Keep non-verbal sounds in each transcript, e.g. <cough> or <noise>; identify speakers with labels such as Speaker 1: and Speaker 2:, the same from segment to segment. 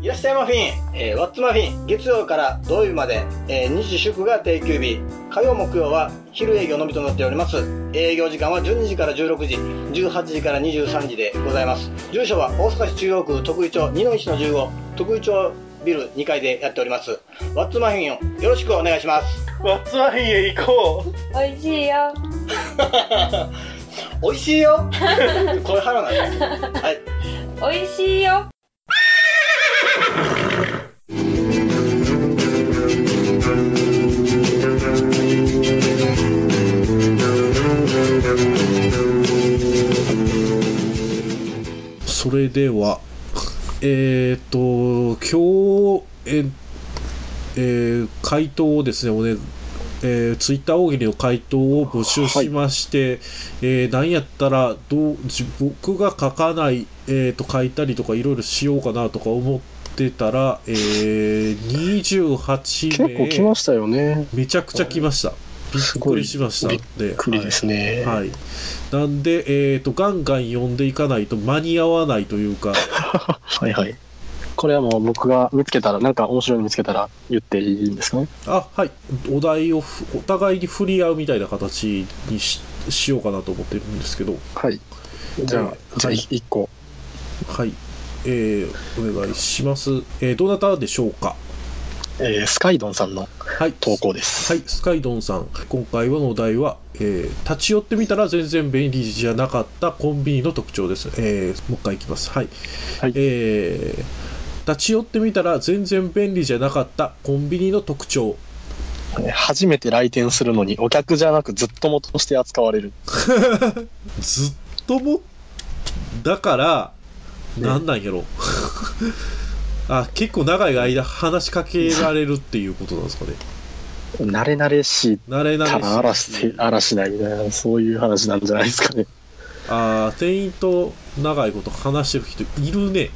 Speaker 1: いらっしゃいマフィン、えーワッツマフィン月曜から土曜日まで、えー、日祝が定休日火曜木曜は昼営業のみとなっております営業時間は12時から16時18時から23時でございます住所は大阪市中央区徳井町2の1の15徳井町ビル2階でやっておりますワッツマフィンをよろしくお願いします
Speaker 2: ワッツワインへ行こう
Speaker 3: 美味しいよ。
Speaker 1: <laughs> 美味しいよ <laughs> これ腹なんですはい
Speaker 3: 美味しいよ。
Speaker 4: それでは、えっ、と、今日、ええー回答をですね、おねえー、ツイッター大喜利の回答を募集しまして、えーなんやったらどうじ僕が書かない、えーと書いたりとかいろいろしようかなとか思ってたら、えー、28名
Speaker 5: 結構来ましたよね。
Speaker 4: めちゃくちゃ来ましたびっくりしました
Speaker 5: びっ
Speaker 4: で
Speaker 5: くりですね。
Speaker 4: はい、なんで、えー、とガンガン呼んでいかないと間に合わないというか
Speaker 5: はいはい。これはもう僕が見つけたら、なんか面白いの見つけたら言っていいんですかね。
Speaker 4: あはいお題をふお互いに振り合うみたいな形にししようかなと思ってるんですけど
Speaker 5: はい。じゃあ、
Speaker 4: はい
Speaker 5: じゃあい一個。
Speaker 4: はいえー、お願いします、えー、どなたでしょうか
Speaker 5: えースカイドンさんの
Speaker 4: はい
Speaker 5: 投稿です。
Speaker 4: はい、スカイドンさん今回はのお題は、えー立ち寄ってみたら全然便利じゃなかったコンビニの特徴です、えーもう一回いきますはい、
Speaker 5: はい
Speaker 4: えー立ち寄ってみたら全然便利じゃなかったコンビニの特徴
Speaker 5: えー初めて来店するのにお客じゃなくずっと元として扱われる。
Speaker 4: ずっともだから、
Speaker 5: ね
Speaker 4: なんなんやろ <laughs> あ結構長い間話しかけられるっていうことなんですかね
Speaker 5: 慣れ慣れしい。
Speaker 4: 慣れ
Speaker 5: た
Speaker 4: 慣れ
Speaker 5: だ荒らして、荒らしないみたいな、そういう話なんじゃないですかね。
Speaker 4: あー店員と長いこと話してる人いるね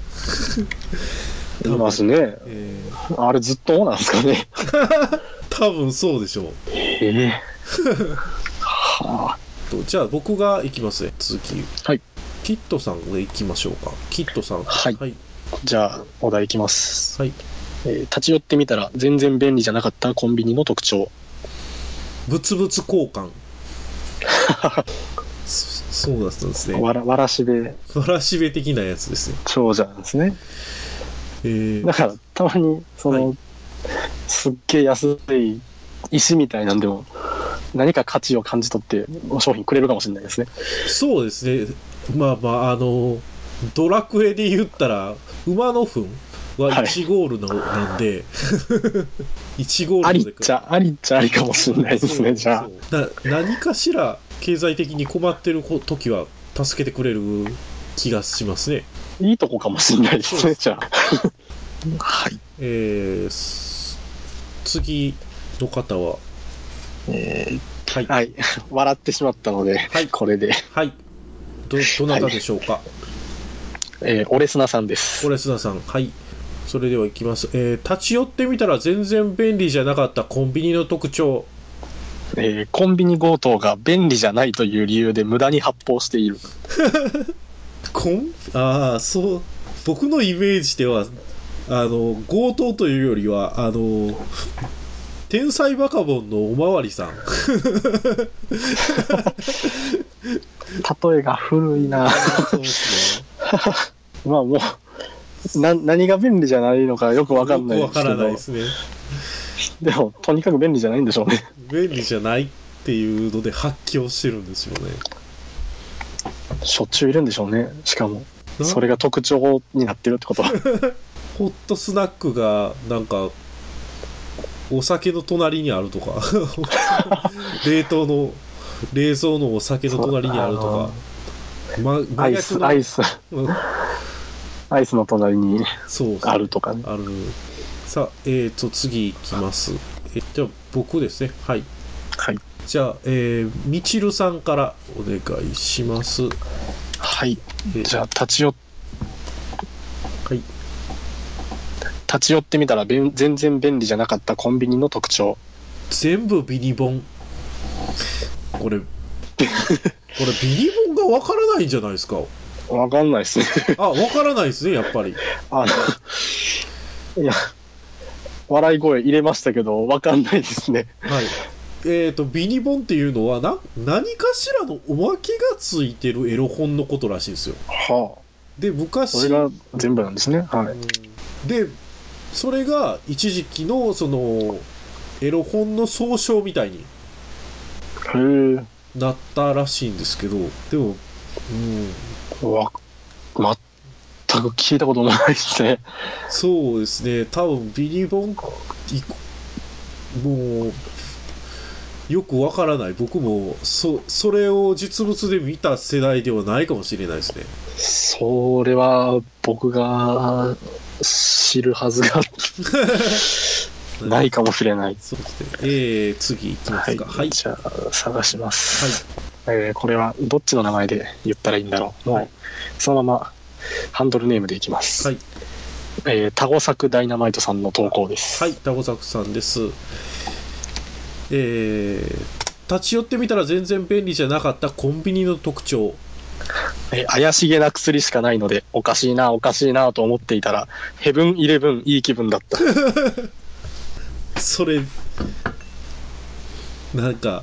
Speaker 5: いますね。
Speaker 4: えー
Speaker 5: あれずっとなんですかね。
Speaker 4: 多分そうでしょう
Speaker 5: ええ <laughs> はあ。
Speaker 4: とじゃあ僕が行きますね続き
Speaker 5: はい
Speaker 4: キットさんで行きましょうかキットさん
Speaker 5: はい
Speaker 4: はい、
Speaker 5: じゃあ、お題いきます。
Speaker 4: はい
Speaker 5: えー立ち寄ってみたら全然便利じゃなかったコンビニの特徴
Speaker 4: 物々交
Speaker 5: <laughs>
Speaker 4: 換そそうだったんですねわ
Speaker 5: わらわらしべ
Speaker 4: らしべ的なやつですね
Speaker 5: 長者なんですね
Speaker 4: えー
Speaker 5: だからたまにその、
Speaker 4: は
Speaker 5: すっげえ安い石みたいなんでも何か価値を感じ取って商品くれるかもしれないですね
Speaker 4: そうですねまあまああのドラクエで言ったら馬の糞は
Speaker 5: はい
Speaker 4: 1ゴールの、なん
Speaker 5: <laughs>
Speaker 4: で1ゴール
Speaker 5: あり
Speaker 4: の
Speaker 5: っちゃありっちゃありかもしれないですねじゃ
Speaker 4: あ何かしら経済的に困ってるこ時は助けてくれる気がしますね
Speaker 5: あいいとこかもしれないです
Speaker 4: そうで
Speaker 5: ね
Speaker 4: す
Speaker 5: じゃあはい
Speaker 4: えーす次の方は
Speaker 5: えー
Speaker 4: はい
Speaker 5: <laughs> はい笑ってしまったので、
Speaker 4: はい
Speaker 5: これで、
Speaker 4: はいどどなたでしょうか、
Speaker 5: えー、オレスナさんです
Speaker 4: オレスナさんはいそれではいきます、えー立ち寄ってみたら全然便利じゃなかったコンビニの特徴
Speaker 5: えーコンビニ強盗が便利じゃないという理由で無駄に発砲している
Speaker 4: コンああそう僕のイメージではあの強盗というよりはあの天才バカボンのおまわりさん
Speaker 5: 例えが古いな
Speaker 4: そうですね
Speaker 5: <laughs> まあもうな何が便利じゃないのかよくわかんない
Speaker 4: よ
Speaker 5: で
Speaker 4: く
Speaker 5: す
Speaker 4: わか
Speaker 5: け
Speaker 4: ら
Speaker 5: ど
Speaker 4: ない
Speaker 5: で
Speaker 4: ですね
Speaker 5: もとにかく便利じゃないんでしょうね
Speaker 4: 便利じゃないっていうので発狂してるんですよね
Speaker 5: しょっちゅういるんでしょうねしかも
Speaker 4: な
Speaker 5: それが特徴になってるってことは
Speaker 4: ホットスナックがなんかお酒の隣にあると
Speaker 5: <laughs>
Speaker 4: か冷凍の冷蔵のお酒の隣にあるとか、ま、
Speaker 5: ア
Speaker 4: 真
Speaker 5: イ
Speaker 4: 逆
Speaker 5: ス
Speaker 4: の
Speaker 5: アイス
Speaker 4: うん
Speaker 5: アイスの隣に
Speaker 4: そうそう
Speaker 5: あるとかね
Speaker 4: あるさあえー、と次いきますえじゃあ僕ですねはい
Speaker 5: はい
Speaker 4: じゃあえー、みちるさんからお願いします、え
Speaker 5: はい
Speaker 4: ー
Speaker 5: じゃあ立ち寄っ
Speaker 4: はい
Speaker 5: 立ち寄ってみたらべん全然便利じゃなかったコンビニの特徴
Speaker 4: 全部ビニボンこれこれビニボンがわからないんじゃないですか <laughs>
Speaker 5: わかんないですね
Speaker 4: あわからないですねやっぱり
Speaker 5: あのいや、笑い声入れましたけど、わかんないですね。
Speaker 4: はい。えっ、と、ビニボンっていうのはな、何かしらのおまけがついてるエロ本のことらしいんですよ。
Speaker 5: はあ。
Speaker 4: で、昔、
Speaker 5: それが全部なんですね。は
Speaker 4: で、それが一時期の、その、エロ本の総称みたいに
Speaker 5: い。へ
Speaker 4: なったらしいんですけど、でも、うん、
Speaker 5: え。わ、全く聞いたことないですね。
Speaker 4: そうですね、多分ビニボン、いもう、よくわからない、僕もそ、それを実物で見た世代ではないかもしれないですね。
Speaker 5: それは僕が知るはずがないかもしれない。
Speaker 4: そうですね。えー、次いきま
Speaker 5: は
Speaker 4: す
Speaker 5: い。
Speaker 4: か。はい。
Speaker 5: じゃあ、探します。
Speaker 4: はい
Speaker 5: えーこれはどっちの名前で言ったらいいんだろう。もう、
Speaker 4: はい
Speaker 5: そのままハンドルネームでいきます。
Speaker 4: はい。
Speaker 5: えータゴサクダイナマイトさんの投稿です。
Speaker 4: はい、タコザクさんです。えー、立ち寄ってみたら全然便利じゃなかったコンビニの特徴。
Speaker 5: えー怪しげな薬しかないので、おかしいな、おかしいなと思っていたら、ヘブンイレブンいい気分だった。
Speaker 4: それ、なんか、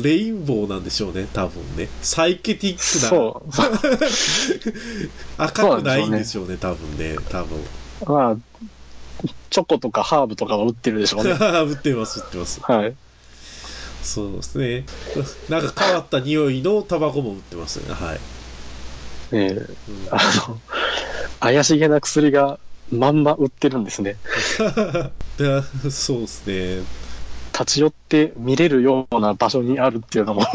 Speaker 4: レインボーなんでしょうね、多分ね。サイケティックな、
Speaker 5: そう。
Speaker 4: 赤くないんでしょうね、多分ね、多分。
Speaker 5: まあ、チョコとかハーブとかは売ってるでしょう
Speaker 4: <laughs>
Speaker 5: ね。
Speaker 4: 売ってます、売ってます。
Speaker 5: はい。
Speaker 4: そうですね。なんか変わった匂いのタバコも売ってますね、はい。 <laughs>
Speaker 5: え
Speaker 4: う
Speaker 5: ー
Speaker 4: ん
Speaker 5: あの、怪しげな薬がまんま売ってるんですね。
Speaker 4: だそうですね。
Speaker 5: 立ち寄って見れるような場所にあるっていうのも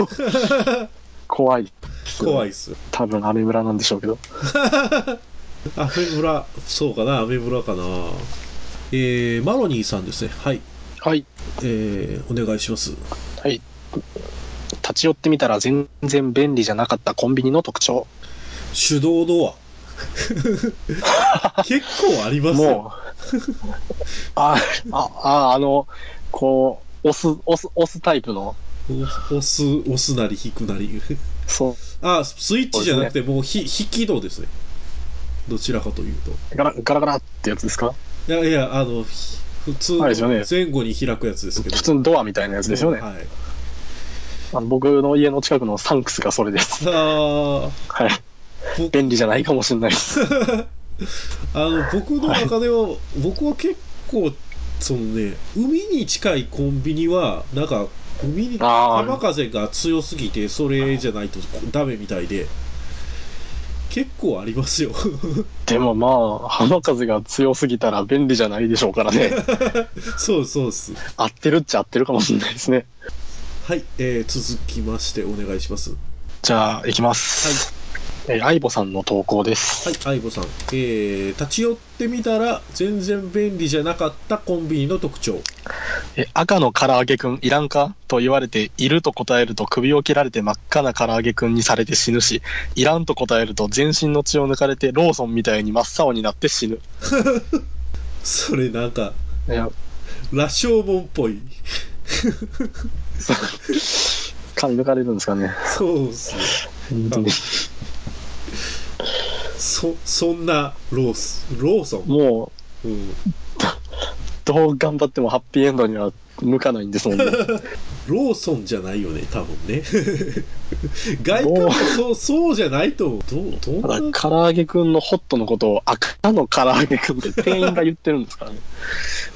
Speaker 5: 怖い。
Speaker 4: 怖い
Speaker 5: い。
Speaker 4: っす
Speaker 5: 多分、アメ村なんでしょうけど。
Speaker 4: アメ村、そうかな、アメ村かな。えー、マロニーさんですね。はい。
Speaker 5: はい。
Speaker 4: えー、お願いします。
Speaker 5: はい。立ち寄ってみたら全然便利じゃなかったコンビニの特徴。
Speaker 4: 手動ドア。 <laughs> 結構ありますよ。
Speaker 5: もう、 <laughs> あ、あ、あ、あの、こう、押す、押す、押すタイプの、
Speaker 4: 押す、押すなり引くなり。
Speaker 5: そ
Speaker 4: あ、スイッチじゃなくて、もうひ、引き戸ですね。どちらかというと。
Speaker 5: う、ガラ、ガラガラってやつですか
Speaker 4: いやいや、あの、ひ普通の
Speaker 5: あれですよね
Speaker 4: 前後に開くやつですけど。
Speaker 5: 普通のドアみたいなやつですよね。
Speaker 4: はい。
Speaker 5: あの僕の家の近くのサンクスがそれです。 <laughs>
Speaker 4: あ
Speaker 5: はい。
Speaker 4: ー
Speaker 5: 便利じゃないかもしれない <laughs> です。
Speaker 4: あの僕の中で
Speaker 5: <laughs>
Speaker 4: は、僕は結構そのね海に近いコンビニはなんか海に
Speaker 5: あー
Speaker 4: 浜風が強すぎてそれじゃないとダメみたいで結構ありますよ
Speaker 5: <laughs> でもまあ、浜風が強すぎたら便利じゃないでしょうから <laughs> ね。
Speaker 4: そうそうです
Speaker 5: 合ってるっちゃ合ってるかもしれないですね。
Speaker 4: はい、えー、続きましてお願いします
Speaker 5: じゃあ、行きます。はい。えー、アイボさんの投稿です。
Speaker 4: はい相棒さんえー、立ち寄ってみたら全然便利じゃなかったコンビニの特徴
Speaker 5: え、赤の唐揚げくんいらんかと言われて、いると答えると首を切られて真っ赤な唐揚げくんにされて死ぬし、いらんと答えると全身の血を抜かれてローソンみたいに真っ青になって死ぬ。
Speaker 4: それなんか
Speaker 5: いや、
Speaker 4: 羅生門っぽい
Speaker 5: 噛み抜かれるんですかね。
Speaker 4: そうっすね
Speaker 5: 本当に。
Speaker 4: そそんなロースローソン、
Speaker 5: も
Speaker 4: うん
Speaker 5: う、どう頑張ってもハッピーエンドには向かないんですもん <laughs> ね。
Speaker 4: ローソンじゃないよね多分ね <laughs> 外観もそうそうじゃないと思うどうど
Speaker 5: た
Speaker 4: んな
Speaker 5: だ、唐揚げくんのホットのことを赤の唐揚げくんって店員が言ってるんですからね。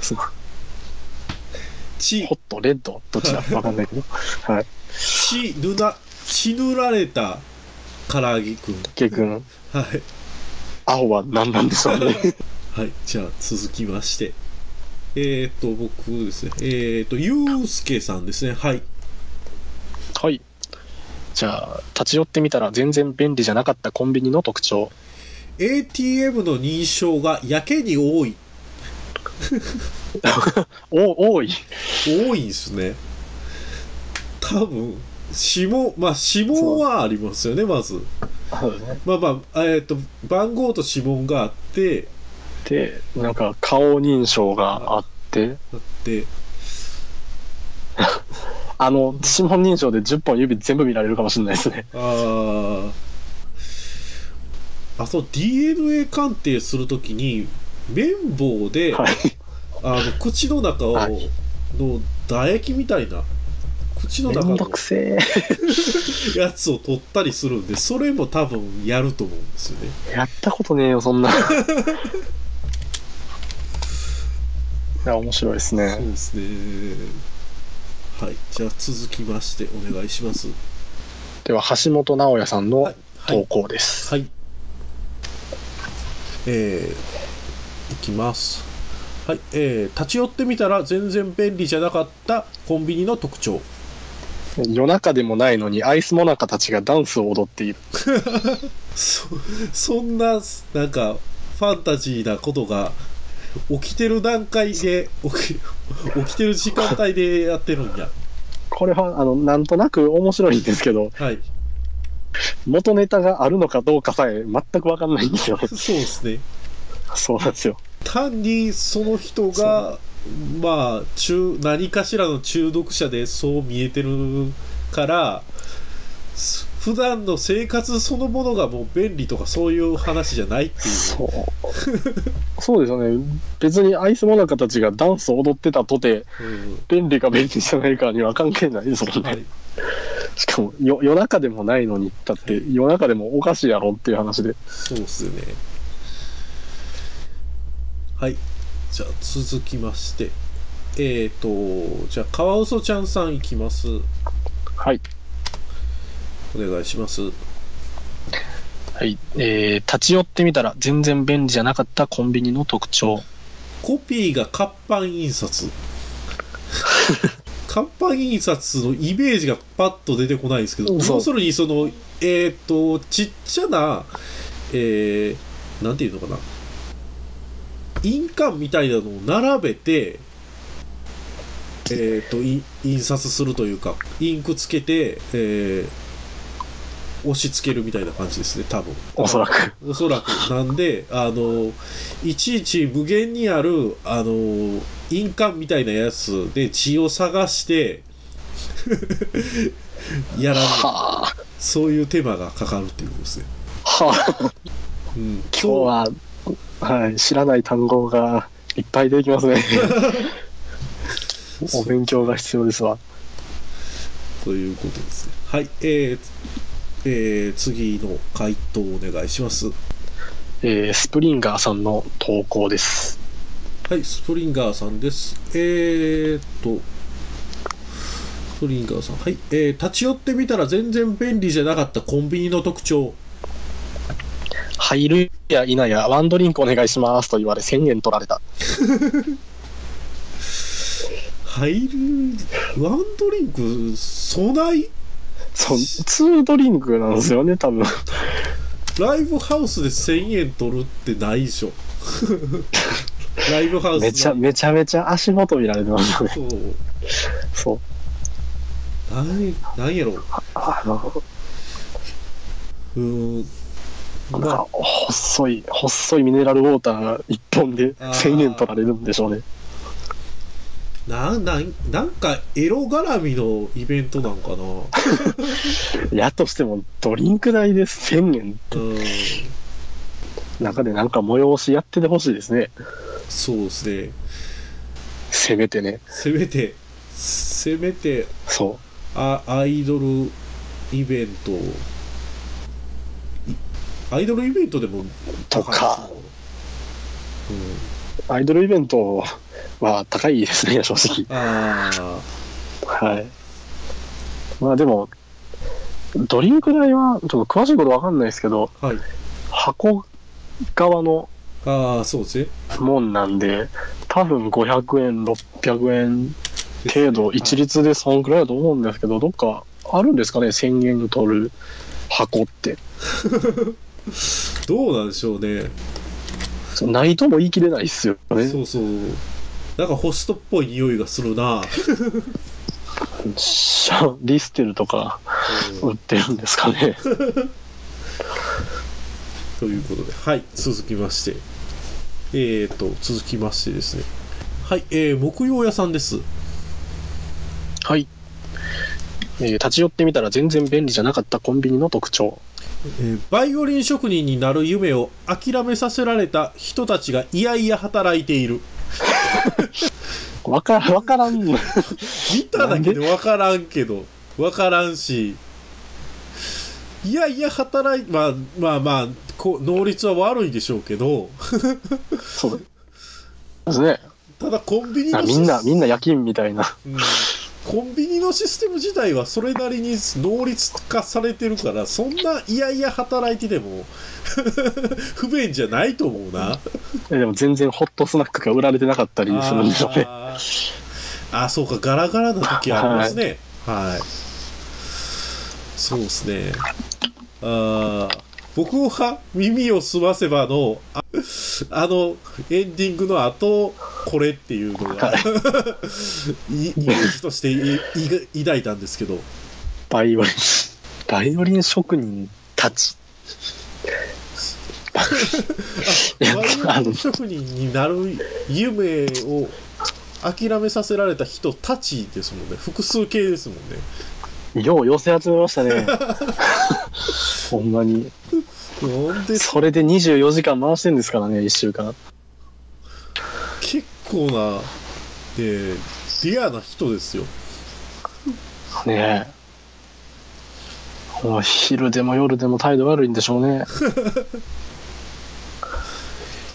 Speaker 5: その
Speaker 4: 血
Speaker 5: ホット、レッド、どっちだわかんないけど。はい。
Speaker 4: 血ぬな血塗られた唐揚げくん
Speaker 5: けくん、
Speaker 4: はい
Speaker 5: 青は何なんでしょうね。
Speaker 4: はいじゃあ続きましてえっ、ー、と僕ですねえっ、ー、とゆうすけさんですねはい
Speaker 5: はい。じゃあ、立ち寄ってみたら全然便利じゃなかったコンビニの特徴。
Speaker 4: ATM の認証がやけに多い
Speaker 5: お、多い。
Speaker 4: 多いんですね多分指紋まあ指紋はありますよねまず
Speaker 5: そうですね。
Speaker 4: まあまあえっ、と番号と指紋があって
Speaker 5: で、なんか顔認証があって、
Speaker 4: あって
Speaker 5: あの、指紋認証で10本指全部見られるかもしれないですね。
Speaker 4: あーあそう DNA 鑑定するときに綿棒で、
Speaker 5: はい。
Speaker 4: あの口の中を、
Speaker 5: はい
Speaker 4: の唾液みたいな口の
Speaker 5: め
Speaker 4: 中
Speaker 5: ん
Speaker 4: の
Speaker 5: どくせ
Speaker 4: やつを取ったりするんでそれも多分やると思うんですよね
Speaker 5: え。やったことねえよ、そ
Speaker 4: <laughs>
Speaker 5: んな。いや、面白いです
Speaker 4: そう
Speaker 5: ね。
Speaker 4: ですねはいじゃあ続きましてお願いします
Speaker 5: では、橋本直也さんの
Speaker 4: はいはい
Speaker 5: 投稿です。
Speaker 4: はい。えー、いきます。はい、えー、立ち寄ってみたら全然便利じゃなかったコンビニの特徴。
Speaker 5: 夜中でもないのに、アイスモナカたちがダンスを踊っている。
Speaker 4: そ、そんな、なんか、ファンタジーなことが、起きてる段階で、起き、 <laughs> 起きてる時間帯でやってるんや。
Speaker 5: これは、あの、なんとなく面白いんですけど、
Speaker 4: はい。。
Speaker 5: 元ネタがあるのかどうかさえ全くわかんないんですよね
Speaker 4: そうですね。
Speaker 5: <laughs> そうなんですよ。
Speaker 4: 単にその人が、まあ、中、何かしらの中毒者でそう見えてるから、す普段の生活そのものがもう便利とかそういう話じゃないっていう。
Speaker 5: そう。そうですよね。別にアイスモナカたちがダンスを踊ってたとて、
Speaker 4: うん
Speaker 5: 便利か便利じゃないかには関係ないですもんね。
Speaker 4: はい、
Speaker 5: しかもよ、夜中でもないのに、だって夜中でもおかしいやろっていう話で。
Speaker 4: そうっすよね。はい。じゃあ続きまして。えっ、ー、と、じゃあカワウソちゃんさんいきます。お
Speaker 5: はい。
Speaker 4: 願いします。
Speaker 5: はい。えー、立ち寄ってみたら全然便利じゃなかったコンビニの特徴。
Speaker 4: コピーが活版印刷。 <laughs> 活版印刷のイメージがパッと出てこないんですけど、
Speaker 5: うんそう
Speaker 4: 要するにその、えっ、と、ちっちゃな、えー、なんていうのかな。印鑑みたいなのを並べて、えっ、と、い印刷するというか、インクつけて、えー押し付けるみたいな感じですね、多分。
Speaker 5: おそらく。
Speaker 4: おそらく。なんで、あの、いちいち無限にある、あの、印鑑みたいなやつで血を探して、 <laughs> やらない。
Speaker 5: はあ。
Speaker 4: そういう手間がかかるっていうことですね。
Speaker 5: はあ。
Speaker 4: うん。今
Speaker 5: 今日は、はい、知らない単語がいっぱい出てき
Speaker 4: <laughs>
Speaker 5: ますね。お勉強が必要ですわ。
Speaker 4: ということですね。はい。えーえー次の回答お願いします。
Speaker 5: えー、スプリンガーさんの投稿です。
Speaker 4: はい、スプリンガーさんです。えー、っと、スプリンガーさん。はい、えー、立ち寄ってみたら全然便利じゃなかったコンビニの特徴。
Speaker 5: 入るや否やワンドリンクお願いしますと言われ1000円取られた。
Speaker 4: 入る、ワンドリンク、そない
Speaker 5: そう、ツードリンクなんですよね、多分。
Speaker 4: ライブハウスで1000円取るってないでし
Speaker 5: <laughs>
Speaker 4: ょ。ライブハウス
Speaker 5: めちゃ、
Speaker 4: な
Speaker 5: めちゃめちゃ足元見られてますよね。
Speaker 4: そう。
Speaker 5: そう。
Speaker 4: なん、なんやろう。
Speaker 5: あの、
Speaker 4: うーん。
Speaker 5: なん
Speaker 4: まあ
Speaker 5: か、細い、細いミネラルウォーター1本で
Speaker 4: あー
Speaker 5: 1000円取られるんでしょうね。
Speaker 4: な、なん、なんか、エロ絡みのイベントなんかな。う
Speaker 5: やっとしても、ドリンク代で1000円。
Speaker 4: ーん。
Speaker 5: 中でなんか催しやっててほしいですね。
Speaker 4: そうですね。
Speaker 5: せめてね。
Speaker 4: せめて、せめて、
Speaker 5: そ
Speaker 4: あアイドルイベントをいアイドルイベントでも
Speaker 5: う。とか、
Speaker 4: うん、
Speaker 5: アイドルイベントは高いですね、正直。
Speaker 4: ああ
Speaker 5: はい。まあでも、ドリンク代は、ちょっと詳しいことわかんないですけど、
Speaker 4: はい
Speaker 5: 箱側の
Speaker 4: ああそうですね
Speaker 5: もんなんで、多分500円、600円程度、一律でそんくらいだと思うんですけど、どっかあるんですかね、1000円取る箱って。
Speaker 4: どうなんでしょうね、
Speaker 5: そうないとも言い切れないっすよね。
Speaker 4: そうそうなんかホストっぽい匂いがするな、 <laughs>
Speaker 5: シャンリステルとか売ってるんですか <laughs> ね。
Speaker 4: ということではい続きましてえー、と続きましてですねはいえー、木曜屋さんです
Speaker 5: はい。えー立ち寄ってみたら全然便利じゃなかったコンビニの特徴。
Speaker 4: えーバイオリン職人になる夢を諦めさせられた人たちがいやいや働いている。
Speaker 5: わから、わからん。
Speaker 4: 見ただけで分からんけど分からんしいやいや働いまあまあまあこう能率は悪いでしょうけど
Speaker 5: <laughs> そうですね。
Speaker 4: ただコンビニの
Speaker 5: あ
Speaker 4: シ
Speaker 5: み
Speaker 4: ス
Speaker 5: んな、みんな夜勤みたいな。
Speaker 4: うんコンビニのシステム自体はそれなりに能率化されてるからそんないやいや働いてても <laughs> 不便じゃないと思うな
Speaker 5: えでも全然ホットスナックが売られてなかったりするんでしょうね。
Speaker 4: <laughs> あーあそうかガラガラな時ありますねはい、そうですねあー僕は耳をすませばのあ <laughs> あのエンディングの後これっていうの <laughs> がいイメージとしていい抱いたんですけど
Speaker 5: バイオリン。バイオリン職人たち。いや
Speaker 4: バイオリン職人になる夢を諦めさせられた人たちですもんね複数形ですもんね
Speaker 5: よう寄せ集めましたね。 <laughs> ほんまに。
Speaker 4: なんで
Speaker 5: それで24時間回してんですからね、1週間。
Speaker 4: 結構な、で、リアな人ですよ。
Speaker 5: ねえ。もう昼でも夜でも態度悪いんでしょ
Speaker 4: <laughs>
Speaker 5: うね。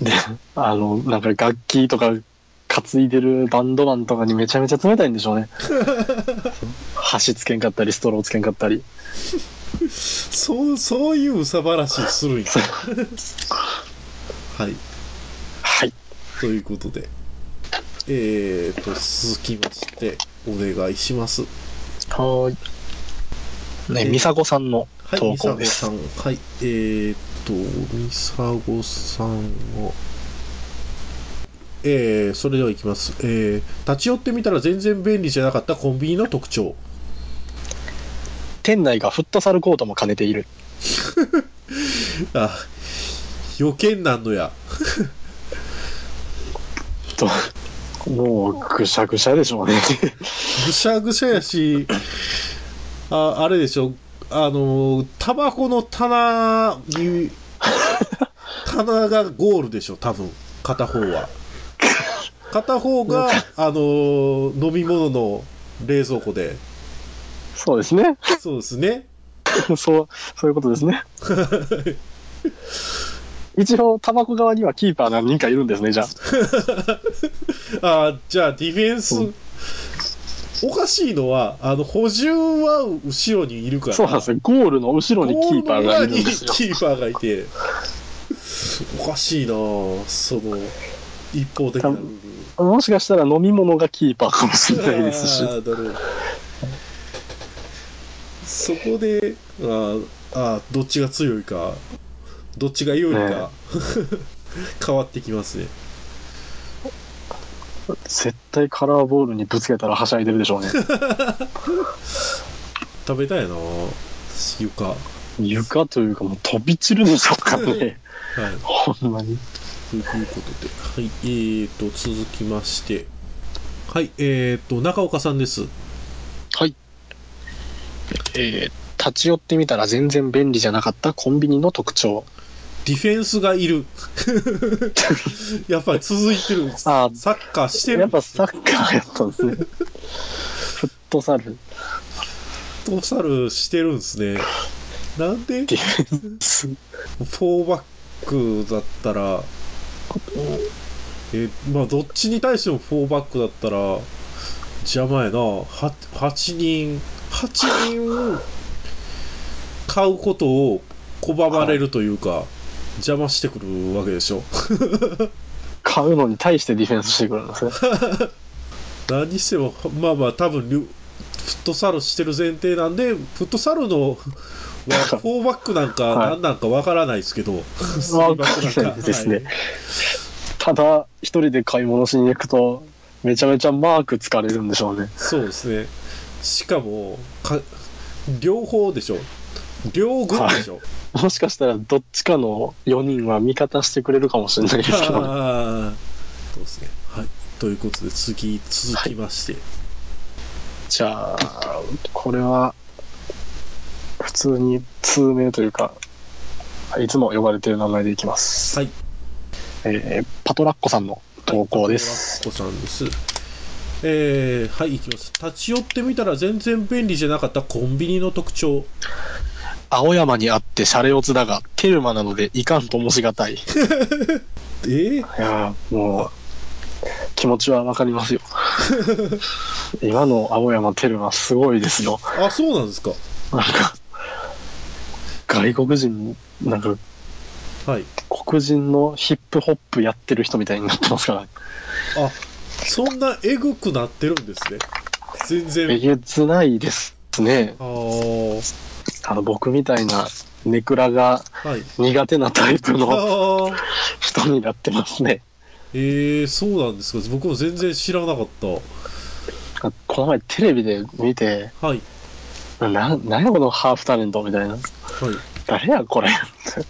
Speaker 5: で、あの、なんか楽器とか担いでるバンドマンとかにめちゃめちゃ冷たいんでし
Speaker 4: <laughs>
Speaker 5: ょうね。箸つけんかったり、ストローつけんかったり。
Speaker 4: そう、そういう憂さ晴らしするんや。はい。
Speaker 5: はい。
Speaker 4: ということで。えーと、続きまして、お願いします。
Speaker 5: はーい。ね、ミサゴさんの
Speaker 4: はい、
Speaker 5: 投
Speaker 4: ミサ
Speaker 5: 稿
Speaker 4: ゴ
Speaker 5: です。
Speaker 4: さん。はい、えーと、ミサゴさんを。えー、それではいきます。えー、立ち寄ってみたら全然便利じゃなかったコンビニの特徴。
Speaker 5: 店内がフットサルコートも兼ねている。
Speaker 4: あ、余計なんのや。
Speaker 5: ともう、ぐしゃぐしゃで
Speaker 4: <laughs>
Speaker 5: しょうね。
Speaker 4: ぐしゃぐしゃやし、ああれでしょ、あの、タバコの棚
Speaker 5: <laughs>
Speaker 4: に、棚がゴールでしょ、多分、片方は。片方
Speaker 5: <laughs>
Speaker 4: が、あの、飲み物の冷蔵庫で。
Speaker 5: そうですね。
Speaker 4: そうですね。
Speaker 5: <laughs> そう、そういうことです
Speaker 4: <laughs>
Speaker 5: ね。一応、タバコ側にはキーパー何人かいるんですね、じゃあ。
Speaker 4: あじゃあ、ディフェン
Speaker 5: う
Speaker 4: ス。おかしいのは、あの、補充は後ろにいるから。
Speaker 5: そうなんですよ。ゴールの後ろにキーパーがいるんですよ
Speaker 4: ゴ。ールの裏にキーパーがいて、おかしいなぁその、一方的なルー
Speaker 5: もしかしたら飲み物がキーパーかもしれ
Speaker 4: ル
Speaker 5: ないですし
Speaker 4: あ。ーなるほどそこで、あーあー、どっちが強いか、どっちが良いか、 <laughs> 変わってきますね。
Speaker 5: 絶対カラーボールにぶつけたらはしゃいでるでし
Speaker 4: <laughs>
Speaker 5: ょうね。
Speaker 4: 食べたいなぁ床。は
Speaker 5: 床というかもう飛び散るんでしょうかね。
Speaker 4: い。
Speaker 5: ほんまに。
Speaker 4: ということで、はい、えーと、続きまして、はい、えーと、中岡さんです。
Speaker 5: はい。えー立ち寄ってみたら全然便利じゃなかったコンビニの特徴。
Speaker 4: ディフェンスがい
Speaker 5: <laughs>
Speaker 4: る。やっぱり続いてる。サ
Speaker 5: あー
Speaker 4: ッカーして
Speaker 5: や
Speaker 4: る
Speaker 5: っ。ぱサッカーやったんで
Speaker 4: <laughs>
Speaker 5: すね。フットサル。
Speaker 4: フットサルしてるんですね。なんで
Speaker 5: ディフェンス。
Speaker 4: 4バックだったら、え、まあどっちに対しても4バックだったら、邪魔やな。は8人、8人を買うことを拒まれるというか、邪魔してくるわけでしょ。
Speaker 5: 買うのに対してディフェンスしてくるんですね。
Speaker 4: 何にしてもまあまあ多分りゅフットサルしてる前提なんでフットサル
Speaker 5: <laughs>
Speaker 4: のはフォーバックなんか
Speaker 5: はい
Speaker 4: 何なんかわからないですけど、スリーバックなん
Speaker 5: わかん
Speaker 4: か
Speaker 5: ないです
Speaker 4: は
Speaker 5: ね
Speaker 4: い
Speaker 5: ただ、一人で買い物しに行くと、めちゃめちゃマーク疲れるんでしょうね。
Speaker 4: そうですねしかもか両方でしょ両軍でしょ、
Speaker 5: もしかしたら、どっちかの4人は味方してくれるかもしれないですけど、ね、
Speaker 4: ああそうですねはいということで次続きまして、
Speaker 5: じゃあ、これは、普通に通名というか、いつも呼ばれてる名前でいきます。
Speaker 4: はい。
Speaker 5: えーパトラッコさんの投稿です。
Speaker 4: おさんです。えー、はい、いきます。立ち寄ってみたら全然便利じゃなかったコンビニの特徴。
Speaker 5: 青山にあってシャレオツだが、テルマなのでいかんともしがたい。い
Speaker 4: えー、
Speaker 5: やーもう、気持ちはわかりますよ。今の青山テルマすごいですよ。
Speaker 4: あ、そうなんですか。
Speaker 5: なんか、外国人に、なんか
Speaker 4: はい。
Speaker 5: 黒人のヒップホップやってる人みたいになってますから、
Speaker 4: あ、そんなエグくなってるんですね。全
Speaker 5: え
Speaker 4: 然。
Speaker 5: げつないですね。
Speaker 4: あー、
Speaker 5: あの、僕みたいなネクラが
Speaker 4: はい。
Speaker 5: 苦手なタイプ
Speaker 4: <laughs>
Speaker 5: の
Speaker 4: あー、
Speaker 5: 人になってますね。
Speaker 4: えー、そうなんですか。僕も全然知らなかった。
Speaker 5: この前テレビで見て、
Speaker 4: はい。
Speaker 5: な、何やこのハーフタレントみたいな。
Speaker 4: はい。
Speaker 5: 誰やこれって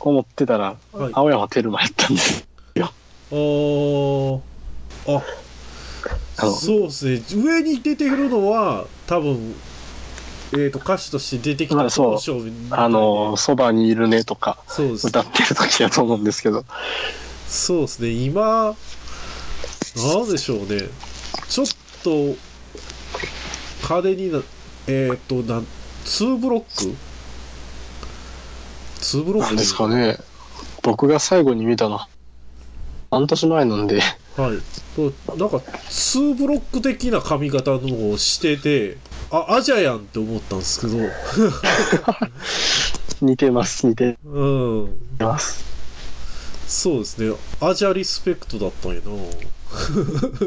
Speaker 5: 思ってたら、
Speaker 4: はい。あ
Speaker 5: 青山テルマやったんです。
Speaker 4: ー、あ、
Speaker 5: あの、
Speaker 4: そうですね。上に出てるのは、多分、えー、と、歌手として出てき
Speaker 5: ま
Speaker 4: た
Speaker 5: あそう
Speaker 4: 当初みたいで
Speaker 5: あの、そばにいるねとか、
Speaker 4: そうです
Speaker 5: 歌ってる時やと思うんですけど、
Speaker 4: そうですね、今、なんでしょうね、ちょっと、金にな、えっ、と、なん、2ブロック ?2 ブロッ
Speaker 5: な
Speaker 4: ク
Speaker 5: んですかね。僕が最後に見たの、半年前なんで、 <laughs>
Speaker 4: はい。となんか、2ブロック的な髪型のをしてて、あ、アジアやんって思ったんですけど、
Speaker 5: 似てます、似て
Speaker 4: うん。
Speaker 5: ます。
Speaker 4: そうですね。アジアリスペクトだったんやな。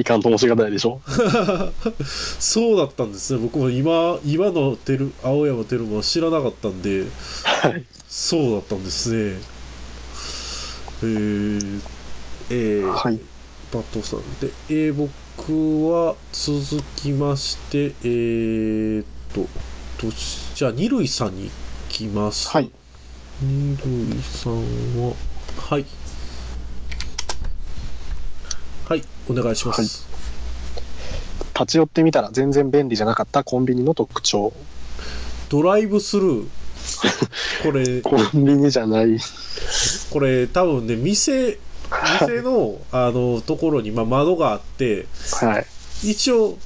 Speaker 5: いかんともしがたいでしょ。
Speaker 4: <laughs> そうだったんですね。僕も今、今のてる、青山テルマは知らなかったんで、
Speaker 5: はい。
Speaker 4: そうだったんですね。えー、えー、
Speaker 5: はい。
Speaker 4: バットさんで、えー、僕は続きまして、えーっと、としじゃあ、二塁さんに行きます。
Speaker 5: はい。
Speaker 4: 二塁さんは、はい。はい、お願いします。
Speaker 5: 立ち寄ってみたら全然便利じゃなかったコンビニの特徴。
Speaker 4: ドライブスルー。こ
Speaker 5: <laughs>
Speaker 4: れ、
Speaker 5: コンビニじゃない。
Speaker 4: これ多分ね、店、店
Speaker 5: <laughs>
Speaker 4: の、あの、ところに、まあ、窓があって、
Speaker 5: はい。
Speaker 4: 一応、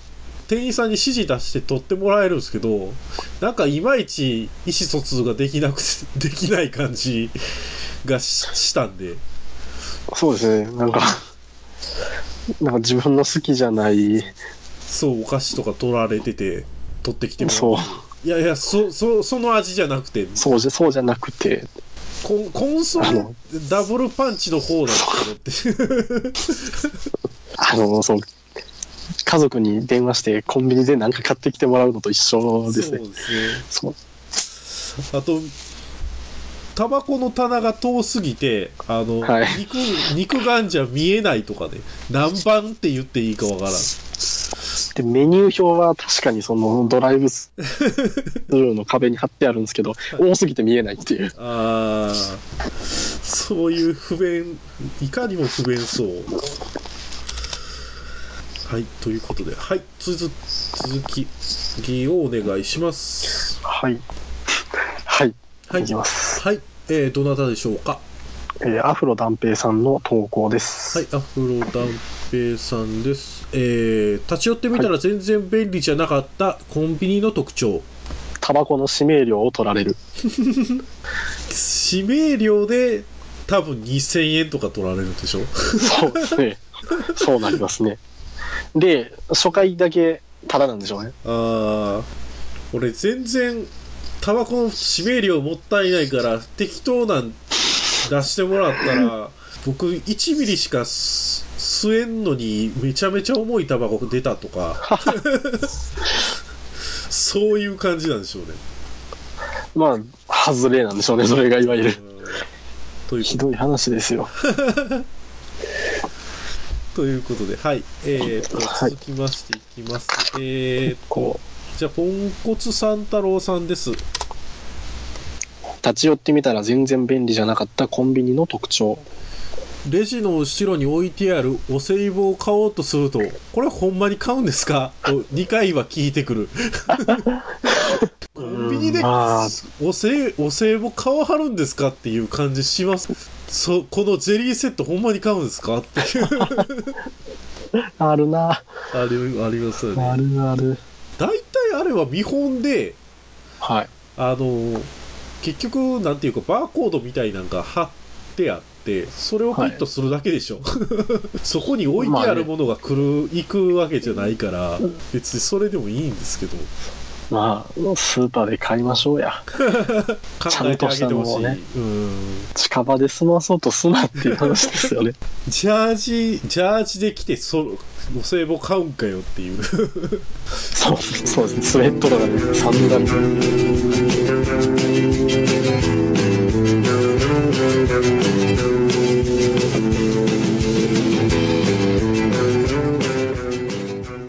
Speaker 4: 店員さんに指示出して取ってもらえるんですけど、なんかいまいち意思疎通ができなくて、 <laughs> できない感じがししたんで。
Speaker 5: そうですね。なんか、なんか自分の好きじゃない、
Speaker 4: そう、お菓子とか取られてて、取ってきてもらう
Speaker 5: そう、
Speaker 4: いやいや、そ、そ、その味じゃなくて、
Speaker 5: そうじゃ、そうじゃなくて、
Speaker 4: コン、コンソ
Speaker 5: あ
Speaker 4: メ
Speaker 5: の
Speaker 4: ダブルパンチの方なんですけどって。
Speaker 5: あの、そう、家族に電話してコンビニで何か買ってきてもらうのと一緒ですね。
Speaker 4: そうですね。
Speaker 5: そう
Speaker 4: あと、タバコの棚が遠すぎて、あの、
Speaker 5: はい
Speaker 4: 肉、肉眼じゃ見えないとかね、何番って言っていいかわからん。
Speaker 5: で、メニュー表は確かにそのドライブスルーの壁に貼ってあるんですけど、多すぎて見えないっていう。
Speaker 4: あーそういう不便、いかにも不便そう。はい、ということで、はい、続続きをお願いします。
Speaker 5: はい。はい。
Speaker 4: はい
Speaker 5: いき、ます。
Speaker 4: はい、えー、どなたでしょうか
Speaker 5: えーアフロ断平さんの投稿です。
Speaker 4: はい、アフロダンペイさんです。えー、立ち寄ってみたら全然便利じゃなかったコンビニの特徴。
Speaker 5: タバコの指名料を取られる。
Speaker 4: 指名料で多分2000円とか取られるでしょ
Speaker 5: そうですね。 <laughs> そうなりますね。で、初回だけタダなんでしょうね。
Speaker 4: あー、俺全然タバコの指名料もったいないから適当なん出してもらったら、僕1ミリしか吸吸えんのにめちゃめちゃ重いタバコ出たとか、そういう感じなんでしょうね。
Speaker 5: まあ、外れなんでしょうね。それがいわゆる。
Speaker 4: という
Speaker 5: ひどい話ですよ。
Speaker 4: ということで、はい。えー、と、
Speaker 5: はい
Speaker 4: 続きましていきます。えー、、
Speaker 5: ことう、
Speaker 4: じゃあ、ポンコツ三太郎さんです。
Speaker 5: 立ち寄ってみたら全然便利じゃなかったコンビニの特徴。
Speaker 4: レジの後ろに置いてあるお歳暮を買おうとすると、これほんまに買うんですかと2回は聞いてくる。コンンビニで
Speaker 5: まあ
Speaker 4: おせいお歳暮買わはるんですかっていう感じしますそこのジェリーセットほんまに買うんですかっていう
Speaker 5: <laughs> あるな。
Speaker 4: ありありますよ
Speaker 5: あ
Speaker 4: ね
Speaker 5: るある。
Speaker 4: 大体あれは見本で
Speaker 5: はい。
Speaker 4: あの結局なんていうかバーコードみたいなんか貼ってあってそれをクリッとするだけでしょ、 <laughs> そこに置いてあるものが来る、行くわけじゃないから別にそれでもいいんですけど
Speaker 5: まあ、スーパーで買いましょうや。
Speaker 4: 考えてあげてほしい、
Speaker 5: ちゃんとしたのをね
Speaker 4: うん
Speaker 5: 近場で済まそうとすなっていう話ですよね。
Speaker 4: ジャージジャージで来てそお歳暮買うんかよっていう
Speaker 5: そう、そうですね。スウェットとかでサンダル。